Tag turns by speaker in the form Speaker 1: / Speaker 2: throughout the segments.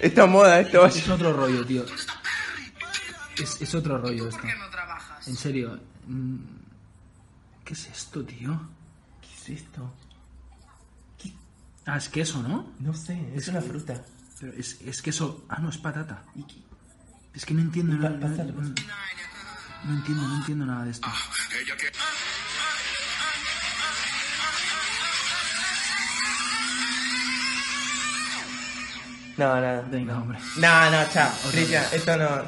Speaker 1: Esta moda, esto
Speaker 2: Es otro rollo, tío. Es, es otro rollo esto.
Speaker 3: que no trabajas.
Speaker 2: En serio. mm, ¿Qué es esto, tío?
Speaker 1: ¿Qué es esto?
Speaker 2: Ah, es queso, ¿no?
Speaker 1: No sé, es una fruta.
Speaker 2: Pero es, es queso. Ah, no, es patata.
Speaker 1: ¿Y qué?
Speaker 2: Es que no entiendo, no,
Speaker 1: Pa-
Speaker 2: no-
Speaker 1: pásale,
Speaker 2: no-
Speaker 1: pásale.
Speaker 2: no entiendo, no entiendo nada de esto.
Speaker 1: No, nada.
Speaker 2: Venga, hombre.
Speaker 1: No, no, chao. Cristian, esto no.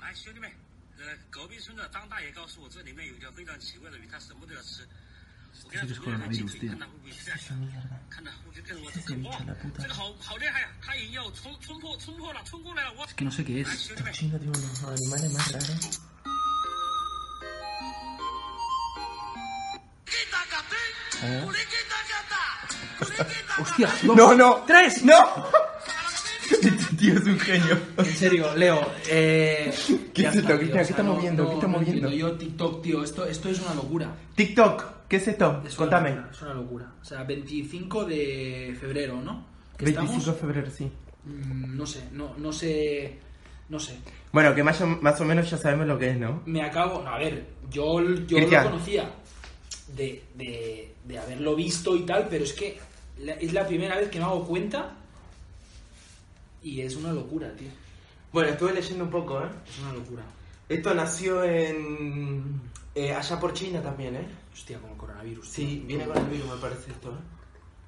Speaker 4: 哎，兄弟们，呃，隔壁村的张大爷告诉我，这里面有一条非常奇怪的鱼，他什么都要吃。我给他煮了两鸡腿，看他会不会吃下去。看他会不会跟着我走。哇，这个好好厉害呀、他已经要冲冲破冲破了，冲过来了！哇，
Speaker 2: Es que no sé qué
Speaker 4: 哎，
Speaker 2: es.
Speaker 4: 兄弟们，
Speaker 1: Chingo tiene unos animales más raros.
Speaker 4: 哦
Speaker 2: ¡Hostia!
Speaker 1: No, no.
Speaker 2: ¡Tres!
Speaker 1: ¡No! Este tío es un genio.
Speaker 2: En serio, Leo. Eh,
Speaker 1: ¿Qué
Speaker 2: ya
Speaker 1: es esto,
Speaker 2: está, tío,
Speaker 1: Cristian? ¿Qué estamos viendo? ¿Qué estamos
Speaker 2: entiendo.
Speaker 1: viendo?
Speaker 2: Yo, TikTok, tío, esto, esto es una locura.
Speaker 1: TikTok, ¿qué es esto?
Speaker 2: Es una
Speaker 1: Contame.
Speaker 2: locura, es una locura. O sea, 25 de febrero, ¿no?
Speaker 1: 25
Speaker 2: Que
Speaker 1: de
Speaker 2: estamos.
Speaker 1: febrero, sí.
Speaker 2: Mm, No sé, no, no sé. No sé.
Speaker 1: Bueno, que más o, más o menos ya sabemos lo que es, ¿no?
Speaker 2: Me acabo. no, a ver, yo, yo lo
Speaker 1: Cristian.
Speaker 2: conocía de, de, de haberlo visto y tal, pero es que la- es la primera vez que me hago cuenta y es una locura, tío.
Speaker 1: Bueno, estuve leyendo un poco, ¿eh?
Speaker 2: Es una locura.
Speaker 1: Esto nació en. eh, allá por China también, ¿eh?
Speaker 2: Hostia, como el coronavirus.
Speaker 1: Sí,
Speaker 2: tío.
Speaker 1: viene con el virus, me parece esto, ¿eh?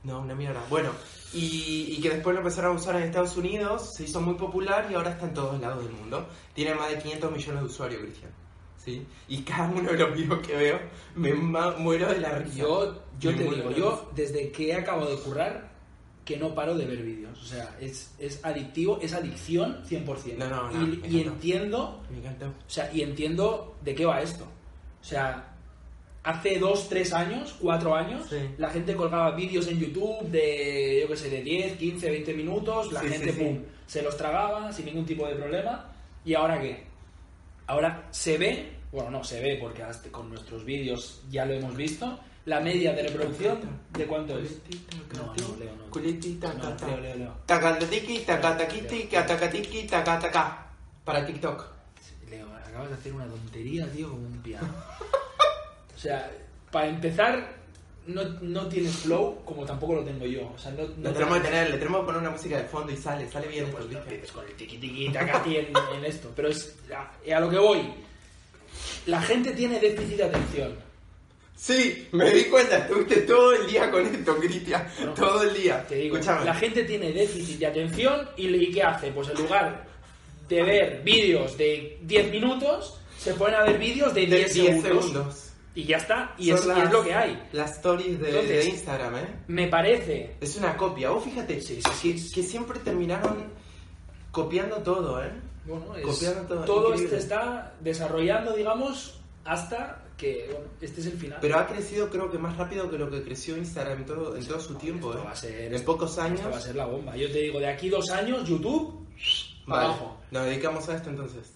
Speaker 1: No, una mierda. Bueno, y, y que después lo empezaron a usar en Estados Unidos, se hizo muy popular y ahora está en todos lados del mundo. Tiene más de 500 millones de usuarios, Cristian. ¿Sí? Y cada uno de los videos que veo me ma- muero de la risa.
Speaker 2: Yo, yo
Speaker 1: Me
Speaker 2: te
Speaker 1: muero
Speaker 2: digo,
Speaker 1: de
Speaker 2: yo desde que he acabado de currar, que no paro de ver vídeos. O sea, es, es adictivo, es adicción 100%.
Speaker 1: No, no, no,
Speaker 2: y,
Speaker 1: me
Speaker 2: y
Speaker 1: encanta.
Speaker 2: entiendo,
Speaker 1: risa. Me encantó.
Speaker 2: o sea, y entiendo de qué va esto. O sea, hace dos, tres años, cuatro años,
Speaker 1: Sí.
Speaker 2: la gente colgaba vídeos en YouTube de, yo qué sé, de 10, 15, 20 minutos, la
Speaker 1: Sí, sí,
Speaker 2: gente,
Speaker 1: sí.
Speaker 2: pum, se los tragaba sin ningún tipo de problema. ¿Y ahora qué? Ahora se ve, bueno, no se ve porque hasta con nuestros vídeos ya lo hemos visto, la media de reproducción de cuánto es. No, no, Leo, no.
Speaker 1: Culitita,
Speaker 2: No,
Speaker 1: tata.
Speaker 2: Leo, Leo, Leo.
Speaker 1: Tacatatiqui, tacataquiti, catacatiqui, tacataca. Para TikTok.
Speaker 2: Leo, acabas de hacer una tontería, tío, como un piano. O sea, para empezar, no, no tienes flow como tampoco lo tengo yo. O sea, no,
Speaker 1: Lo
Speaker 2: no
Speaker 1: tenemos que tener, le tenemos que poner una música de fondo y sale, sale bien esto,
Speaker 2: Pues no
Speaker 1: Cristian.
Speaker 2: empieces con el tiqui tiqui tacati en, en esto. Pero es a, a lo que voy. La gente tiene déficit de atención.
Speaker 1: Sí, me di cuenta, estuviste todo el día con esto, Cristian.
Speaker 2: Bueno,
Speaker 1: todo el día.
Speaker 2: Te digo,
Speaker 1: Escúchame.
Speaker 2: la gente tiene déficit de atención y, le- ¿y ¿qué hace? Pues en lugar de ver vídeos de 10 minutos, se ponen a ver vídeos de
Speaker 1: De
Speaker 2: 10
Speaker 1: 10
Speaker 2: segundos.
Speaker 1: segundos.
Speaker 2: Y ya está. Y
Speaker 1: Son
Speaker 2: es, y
Speaker 1: las-
Speaker 2: es lo que hay.
Speaker 1: Las stories de,
Speaker 2: Entonces-
Speaker 1: de Instagram, ¿eh?
Speaker 2: Me parece.
Speaker 1: Es una copia. Vos fíjate
Speaker 2: Sí, sí,
Speaker 1: que,
Speaker 2: sí.
Speaker 1: que siempre terminaron copiando todo, ¿eh?
Speaker 2: Bueno, es-
Speaker 1: Copiaron todo,
Speaker 2: todo
Speaker 1: increíble.
Speaker 2: esto está desarrollando, digamos, hasta que, bueno, este es el final.
Speaker 1: Pero ha crecido creo que más rápido que lo que creció Instagram en todo, en todo su tiempo,
Speaker 2: Esto
Speaker 1: ¿eh?
Speaker 2: va a ser-
Speaker 1: en pocos años.
Speaker 2: Esta va a ser la bomba. Yo te digo, de aquí dos años, YouTube,
Speaker 1: Vale,
Speaker 2: abajo.
Speaker 1: nos dedicamos a esto entonces.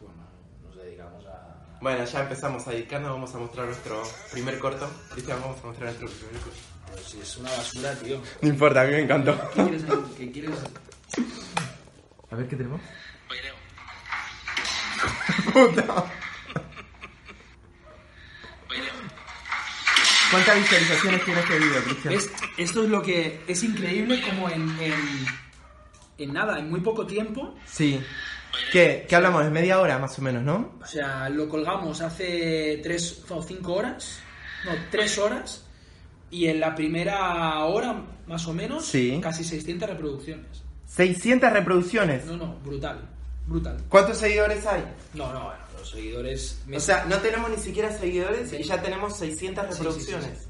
Speaker 2: Bueno, nos dedicamos a.
Speaker 1: Bueno, ya empezamos a dedicarnos, vamos a mostrar nuestro primer corto. Cristian, vamos a mostrar nuestro primer corto.
Speaker 2: Pues si es una basura, tío.
Speaker 1: No importa, a mí me encantó.
Speaker 2: ¿Qué quieres? ¿Qué quieres?
Speaker 1: A ver qué tenemos.
Speaker 4: oye Leo,
Speaker 1: Puta.
Speaker 4: oye Leo.
Speaker 1: ¿Cuántas visualizaciones tiene este video, Cristian?
Speaker 2: Es- esto es lo que. Es increíble como en. en, en nada, en muy poco tiempo.
Speaker 1: Sí. ¿Qué? ¿Qué hablamos? Es media hora más o menos, ¿no?
Speaker 2: O sea, lo colgamos hace tres o cinco horas. No, tres horas. Y en la primera hora, más o menos,
Speaker 3: Sí.
Speaker 2: casi 600 reproducciones.
Speaker 3: 600 reproducciones.
Speaker 2: No, no, brutal. Brutal.
Speaker 3: ¿Cuántos seguidores hay?
Speaker 2: No, no, bueno, los seguidores. me-
Speaker 1: O sea, no tenemos ni siquiera seguidores y ya tenemos 600
Speaker 2: Sí, sí, sí,
Speaker 1: reproducciones.
Speaker 2: sí.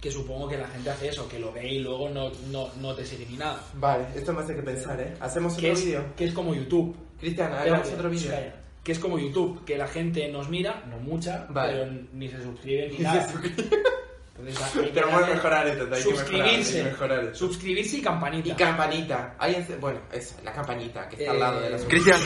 Speaker 2: que supongo que la gente hace eso, que lo ve y luego no, no, no te sigue ni nada.
Speaker 1: Vale, esto me hace que pensar, ¿eh? Hacemos
Speaker 2: Que
Speaker 1: otro
Speaker 2: es,
Speaker 1: vídeo.
Speaker 2: que es como YouTube.
Speaker 1: Cristian,
Speaker 2: Pero
Speaker 1: hagamos
Speaker 2: que-
Speaker 1: otro vídeo.
Speaker 2: calla, Que es como YouTube, que la gente nos mira, no mucha,
Speaker 1: Vale.
Speaker 2: pero ni se suscribe ni
Speaker 1: se
Speaker 2: nada.
Speaker 1: suscribe.
Speaker 2: Entonces, hay que
Speaker 1: Pero vamos a
Speaker 2: darle-
Speaker 1: mejorar esto, hay que mejorar, hay que
Speaker 2: suscribirse,
Speaker 1: mejorar esto.
Speaker 2: suscribirse y campanita.
Speaker 1: Y campanita. Ahí es- bueno, eso, la campanita que está al lado de la
Speaker 2: Eh,
Speaker 3: Cristian,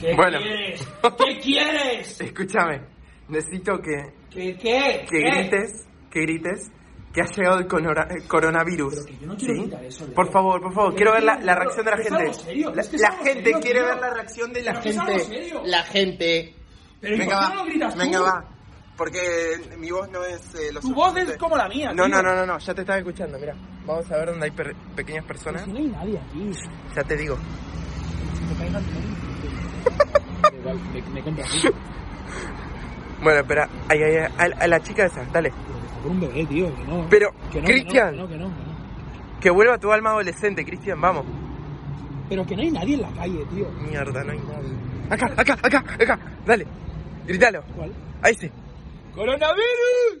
Speaker 2: ¿Qué
Speaker 3: Bueno.
Speaker 2: quieres? ¿Qué quieres?
Speaker 3: escúchame. Necesito que,
Speaker 2: ¿Qué, qué?
Speaker 3: que
Speaker 2: ¿Qué?
Speaker 3: grites, que grites que ha llegado el conora- el coronavirus.
Speaker 2: Pero que yo no quiero
Speaker 3: ¿sí?
Speaker 2: gritar eso, Leo.
Speaker 3: Por favor, por favor,
Speaker 2: Que
Speaker 3: quiero
Speaker 2: no
Speaker 3: ver la,
Speaker 2: quiero-
Speaker 3: la reacción de la
Speaker 2: es
Speaker 3: gente.
Speaker 2: algo serio,
Speaker 3: la
Speaker 2: es que es
Speaker 3: la
Speaker 2: algo
Speaker 3: gente
Speaker 2: serio,
Speaker 3: quiere
Speaker 2: tío.
Speaker 3: ver la reacción de la
Speaker 2: Pero que es algo
Speaker 3: gente.
Speaker 2: serio.
Speaker 3: La gente.
Speaker 2: Pero ¿y por qué no gritas tú?
Speaker 3: venga, va. Porque mi voz no es eh, lo
Speaker 2: Tu voz es
Speaker 3: suficiente.
Speaker 2: como la mía.
Speaker 3: No,
Speaker 2: tío.
Speaker 3: no, no, no, no, ya te estaba escuchando, mira. Vamos a ver dónde hay per- pequeñas personas.
Speaker 2: Si no hay nadie aquí.
Speaker 3: Ya te digo.
Speaker 2: Me caigan Me, me compras
Speaker 3: Bueno, espera, ahí, ahí, a, a la chica esa, dale.
Speaker 2: por un bebé, tío, que no.
Speaker 3: Pero, Cristian,
Speaker 2: que no, que no.
Speaker 3: que vuelva tu alma adolescente, Cristian, vamos.
Speaker 2: Pero que no hay nadie en la calle, tío.
Speaker 3: Mierda, no hay nadie. Acá, acá, acá, acá, dale. Gritalo.
Speaker 2: ¿Cuál?
Speaker 3: Ahí sí.
Speaker 2: ¡Coronavirus!